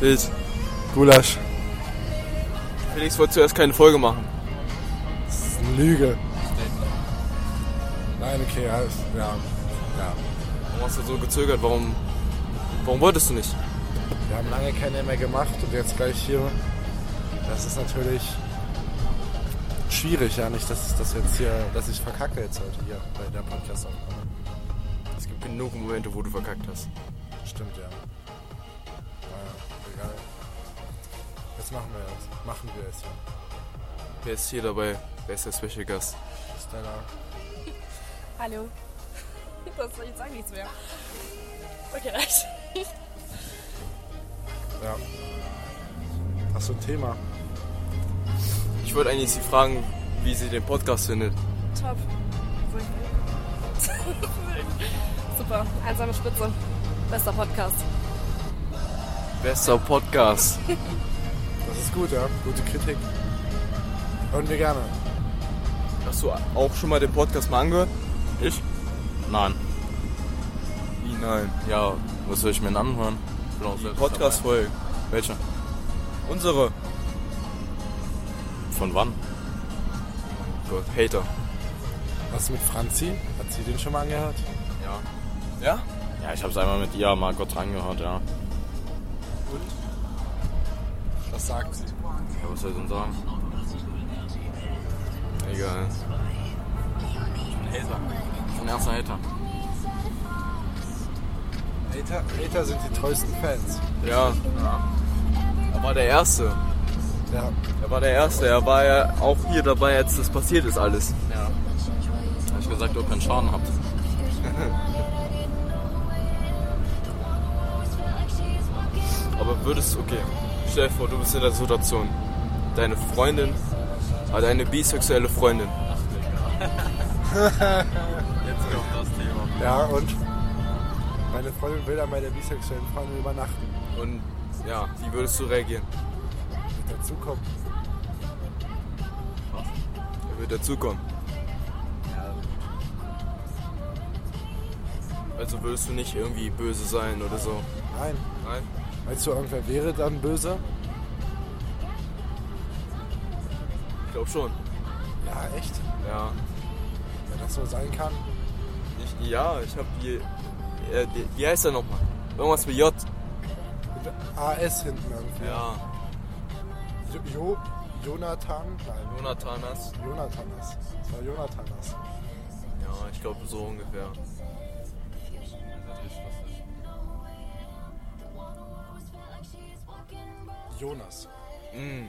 ist. Gulasch. Felix wollte zuerst keine Folge machen. Das ist eine Lüge. Nein, okay, ja, ist, ja. ja. Warum hast du so gezögert? Warum, warum wolltest du nicht? Wir haben lange keine mehr gemacht und jetzt gleich hier. Das ist natürlich schwierig, ja nicht, dass ich das jetzt hier, dass ich verkacke jetzt heute hier bei der podcast -Aufnahme. Es gibt genug Momente, wo du verkackt hast. Stimmt, ja. Naja, egal. Jetzt machen wir es. Machen wir es, ja. Wer ist hier dabei? Wer ist der Special Gast? Stella. Hallo. Das soll ich jetzt sagen nichts mehr. Okay, reicht. Ja. Hast du ein Thema? Ich wollte eigentlich sie fragen, wie sie den Podcast findet. Top. Super, einsame Spitze. Bester Podcast. Bester Podcast. Das ist gut, ja. Gute Kritik. Und wir gerne. Hast du auch schon mal den Podcast mal angehört? Ich? Nein. Wie nein? Ja, Was soll ich mir denn anhören? Ich bin auch die selbst Podcast-Folge. dabei. Welche? Unsere. Von wann? Gott, Hater. Was mit Franzi? Hat sie den schon mal angehört? Ja. Ja? Ja, ich hab's einmal mit ihr mal Gott rangehört, ja. Was sagt sie? Ja, was soll ich denn sagen? Egal. Hater. Ich bin ein ernster Hater. Hater, Hater sind die treuesten Fans. Ja. Er war der Erste. Ja. Er war der Erste. Er war ja auch hier dabei, als das passiert ist alles. Ja. Hab ich gesagt, ihr keinen Schaden habt. Aber würdest, okay, stell dir vor, du bist in der Situation. Deine Freundin hat eine bisexuelle Freundin. Jetzt kommt das Thema. Ja, und? Meine Freundin will an meiner bisexuellen Freundin übernachten. Und ja, wie würdest du reagieren? Mit dazu kommt. Er wird dazukommen. Also würdest du nicht irgendwie böse sein oder so? Nein. Nein? Meinst du, irgendwer wäre dann böse? Ich glaube schon. Ja, echt? Ja. Wenn das so sein kann. Ich, ja, ich hab die, äh, die. Wie heißt er nochmal? Irgendwas mit J. Mit AS hinten irgendwie. Ja. Jo, jo, Jonathan? Nein, Jonathanas. Jonathanas. Das war Jonathanas. Ja, ich glaube so ungefähr. Jonas. Mm.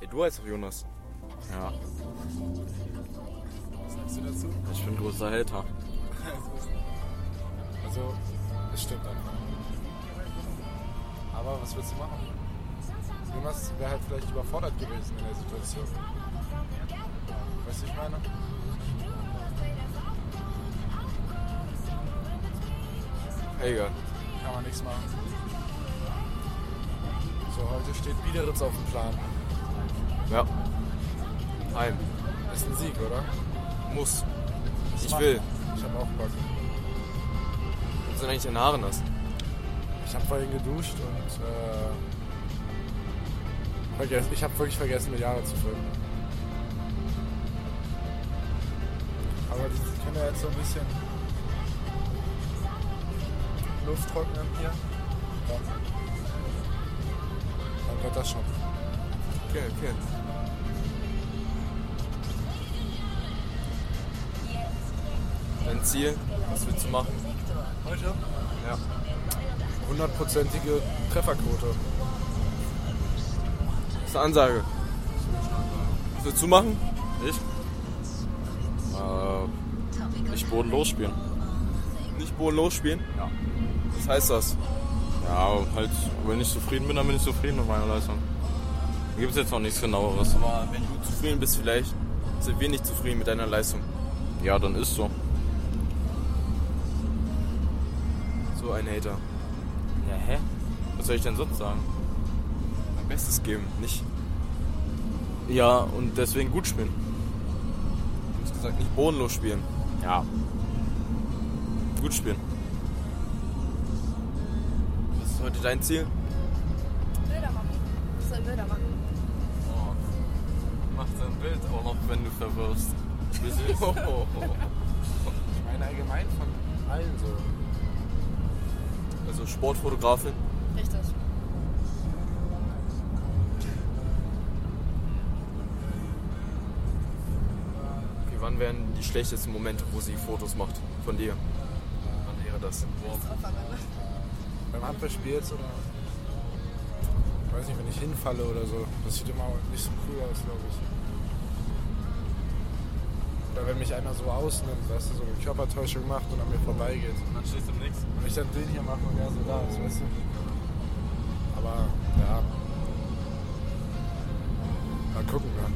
Ey, du heißt doch Jonas. Ja, Was sagst du dazu? ich bin großer Hater. Also, es stimmt einfach. Aber was willst du machen? Jonas wäre halt vielleicht überfordert gewesen in der Situation. Weißt du, ich meine? Egal. Kann man nichts machen. So, heute steht Biederitz auf dem Plan. Ja. Heim. Ist ein Sieg, oder? Muss. Ich will. Also Ich habe auch Bock. Was sind eigentlich deine Haare nass? Ich habe vorhin geduscht und äh, vergessen, ich habe wirklich vergessen, mir die Haare zu föhnen. Aber die können ja jetzt so ein bisschen Luft trocknen hier. Dann, dann wird das schon. Okay, okay. Dein Ziel? Was willst du machen? Heute? Ja. Hundertprozentige Trefferquote. Das ist eine Ansage. Was willst du machen? Ich? Äh, ich bodenlos spielen. Nicht bodenlos spielen? Ja. Was heißt das? Ja, halt, wenn ich zufrieden bin, dann bin ich zufrieden mit meiner Leistung. Gibt es jetzt noch nichts genaueres. Aber wenn du zufrieden bist vielleicht, sind wir nicht zufrieden mit deiner Leistung. Ja, dann ist so. So ein Hater. Ja, hä? Was soll ich denn sonst sagen? Mein Bestes geben, nicht, Ja, und deswegen gut spielen. du hast gesagt, nicht bodenlos spielen. Ja. Gut spielen. Was ist heute dein Ziel? Bilder machen. Oh. Mach dein Bild auch noch, wenn du verwirrst. Wie süß. Oh, oh, oh. Ich meine allgemein von allen so. Also Sportfotografin. Richtig. Okay, wann wären die schlechtesten Momente, wo sie Fotos macht von dir? Wann wäre das? Das ist Opfer, ne? Beim Handballspiel jetzt oder. Ich weiß nicht, wenn ich hinfalle oder so. Das sieht immer nicht so cool aus, glaube ich. Oder wenn mich einer so ausnimmt, weißt du, so eine Körpertäuschung macht und an mir vorbeigeht. Und dann stehst du im Nix. Und ich dann den hier mache und er so da ist, weißt du. Aber ja. Mal gucken, ne? ja.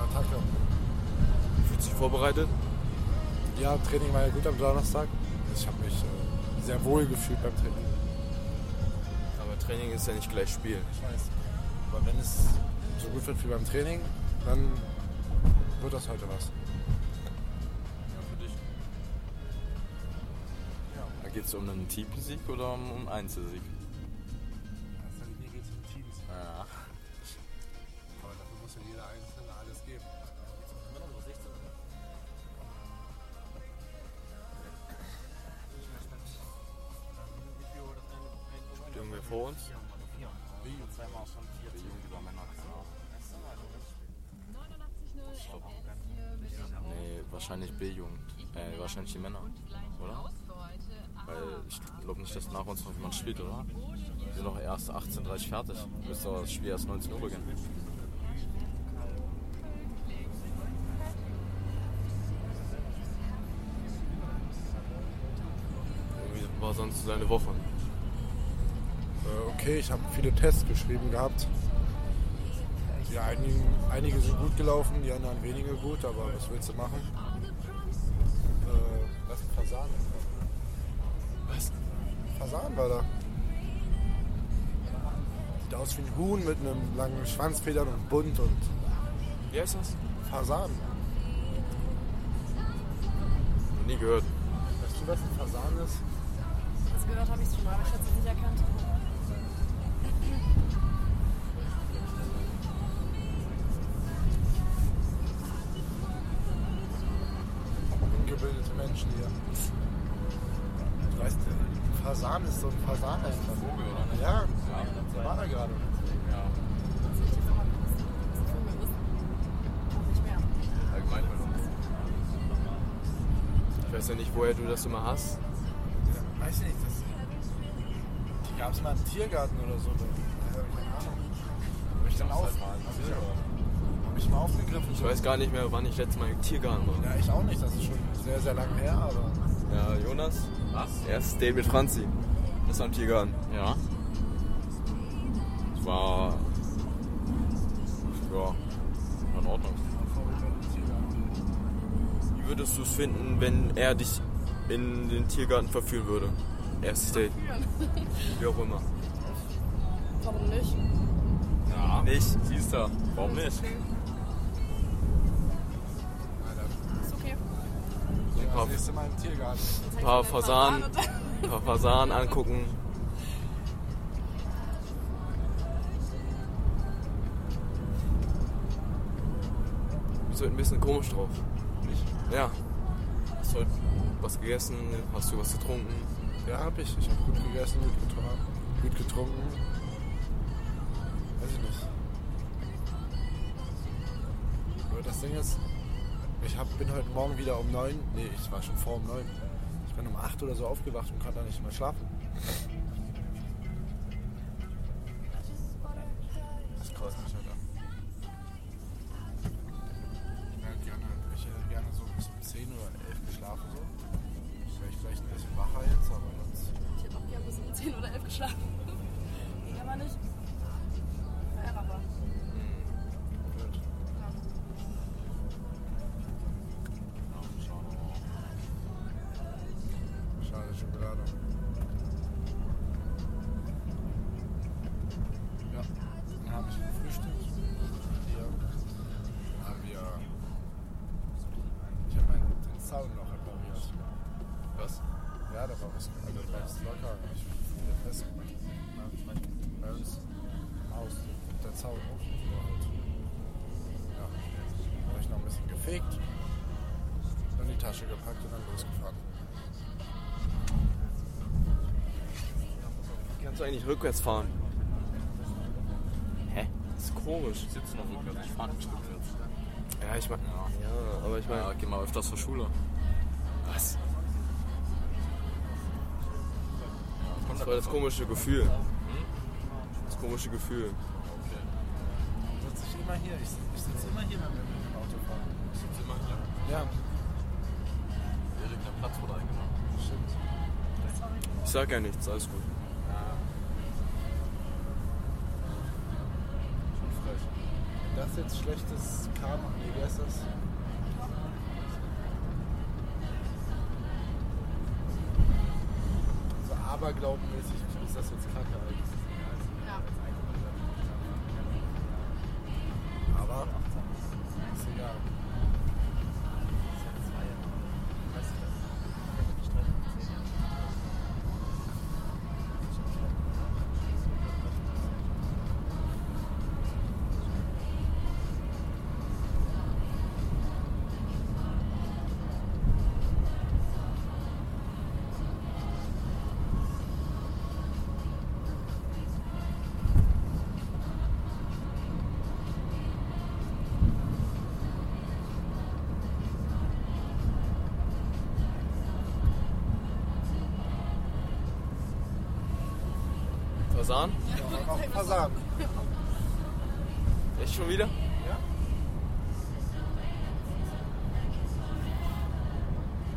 Attacke. Fühlt sich vorbereitet? Ja, Training war ja gut am Donnerstag. Ich habe mich äh, sehr wohl gefühlt beim Training. Aber Training ist ja nicht gleich Spiel. Ich weiß. Aber wenn es so gut wird wie beim Training, dann wird das heute was. Ja. Da geht es um einen Teamsieg oder um einen Einzelsieg? Also hier geht es um Teams. Ja. Aber dafür muss ja jeder Einzelne alles geben. Steht irgendwer vor uns? Nee, wahrscheinlich B-Jugend. Äh, wahrscheinlich die Männer, oder? Weil ich glaube nicht, dass nach uns noch jemand spielt, oder? Wir sind doch erst 18.30 Uhr fertig. Müsste doch das Spiel erst 19 Uhr beginnen. Irgendwie war sonst seine Woche. Äh, okay, ich habe viele Tests geschrieben gehabt. Ja, einige, einige sind gut gelaufen, die anderen weniger gut, aber was willst du machen? Äh, lass einen Fasan. Was? Fasan war da. Sieht aus wie ein Huhn mit einem langen Schwanzfedern und bunt und Wie heißt das? Fasan. Noch nie gehört. Weißt du, was ein Fasan ist? Das gehört habe ich schon mal, aber ich hätte es nicht erkannt. Ungebildete Menschen hier. Du weißt, ein Fasan ist so ein Fasan einfach. Vogel, oder nicht? Ja, der war da gerade. Ja. Nicht mehr. Allgemein Ich weiß ja nicht, woher du das immer hast. Ja, weiß ich nicht, das, die gab es mal im Tiergarten oder so. Da, keine Ahnung. Hab ich dann auf, halt hab ich, hab ich mal aufgegriffen. Ich weiß gar nicht mehr, wann ich letztes Mal im Tiergarten war. Ja, ich auch nicht, das ist schon sehr, sehr lang her, aber Ja, Jonas? Was? Erstes Date mit Franzi. Das war im Tiergarten. Ja. Es war. Ja. War in Ordnung. Wie würdest du es finden, wenn er dich in den Tiergarten verführen würde? Erstes Date. Wie auch immer. Warum nicht? Ja. Nicht. Siehst du. Warum nicht? Ist okay. Ein paar, das nächste Mal im Tiergarten. ein paar Fasanen, ein paar Fasanen angucken. Bist heute ein bisschen komisch drauf. Nicht. Ja. Hast heute was gegessen? Hast du was getrunken? Ja, hab ich. Ich hab gut gegessen, gut getrunken. Gut getrunken. Weiß ich nicht. Aber das Ding ist, ich hab, bin heute Morgen wieder um neun. Nee, ich war schon vor um neun. Ich bin um acht oder so aufgewacht und konnte dann nicht mehr schlafen. Das kostet mich halt heute. Ich hätte gerne, ich hätte gerne so bis um 10 oder 11 geschlafen. So. Vielleicht gleich ein bisschen wacher jetzt, aber sonst. Ich hätte auch gerne bis um 10 oder 11 geschlafen. Ging aber nicht. Ja, aber. Blöd. Schade, Schokolade. Ja, dann habe ich gefrühstückt. Hier haben wir Zaun hoch. Ja, hab ich noch ein bisschen gefegt, in die Tasche gepackt und dann losgefahren. Kannst du eigentlich rückwärts fahren? Hä? Das ist komisch. Ich sitze noch rückwärts, ich fahre nicht rückwärts. Ja, ich meine. Ja, aber ich meine. Ja, geh mal öfters zur Schule. Was? Das war das komische Gefühl. Hm? Das komische Gefühl. Sitze ich immer hier. Ich, ich sitze immer hier, wenn wir mit dem Auto fahren. Sind Sie mal hier? Ja, Erik, dein Platz wurde eingenommen. stimmt. Ich sag ja nichts, alles gut. Schon frech. Das ist jetzt schlechtes Karma. Nee, wie heißt das? So aberglaubenmäßig ist das jetzt kacke eigentlich. Ja. Aber ist egal. Fasan? Ja, auch Fasan. Echt schon wieder? Ja?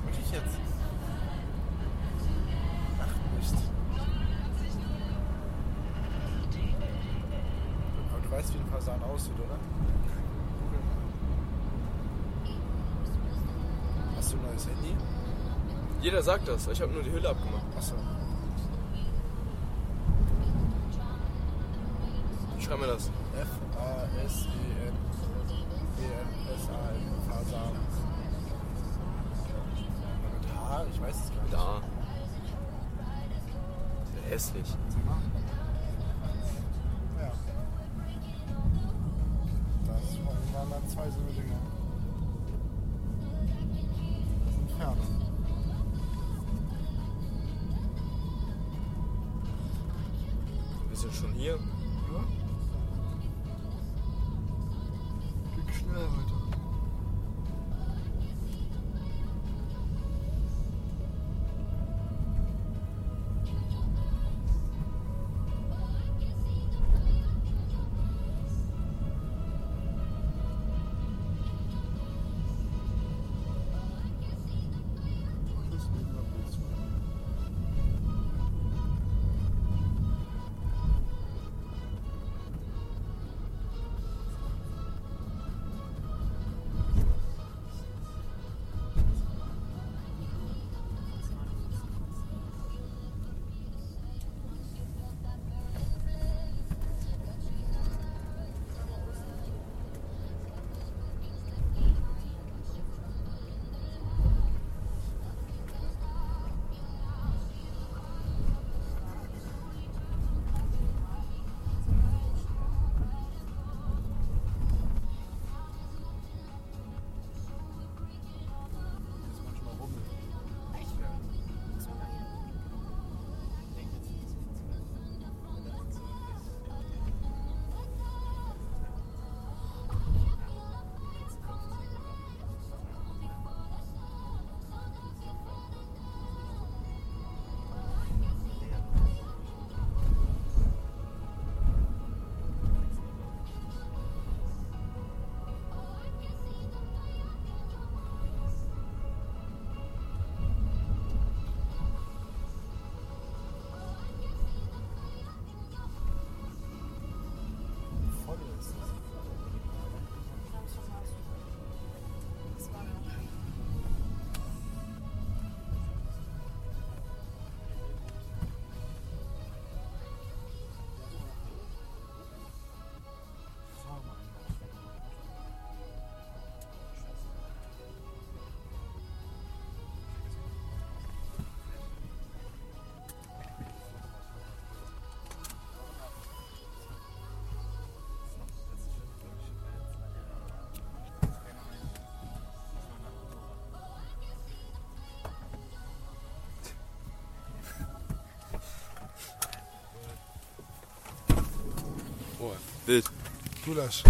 Und ich jetzt? Ach, nicht. Aber du weißt, wie ein Fasan aussieht, oder? Google mal. Hast du ein neues Handy? Jeder sagt das, ich habe nur die Hülle abgemacht. Achso. Schreib mir das. F-A-S-E-N. E-N-S-A-N. Fasan. Mit H? Ich weiß es gar nicht. Da. Hässlich. Ja. Das waren dann zwei so Dinge. Ferne. Wir sind schon hier. Ja? Ging schnell heute. Wild. Gulasch.